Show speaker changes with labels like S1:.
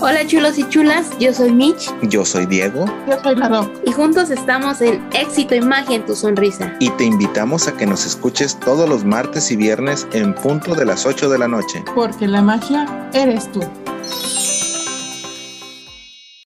S1: Hola chulos y chulas, yo soy Mitch.
S2: Yo soy Diego.
S3: Yo soy Lado.
S1: Y juntos estamos en Éxito Imagen Tu Sonrisa.
S2: Y te invitamos a que nos escuches todos los martes y viernes en punto de las 8 de la noche.
S3: Porque la magia eres tú.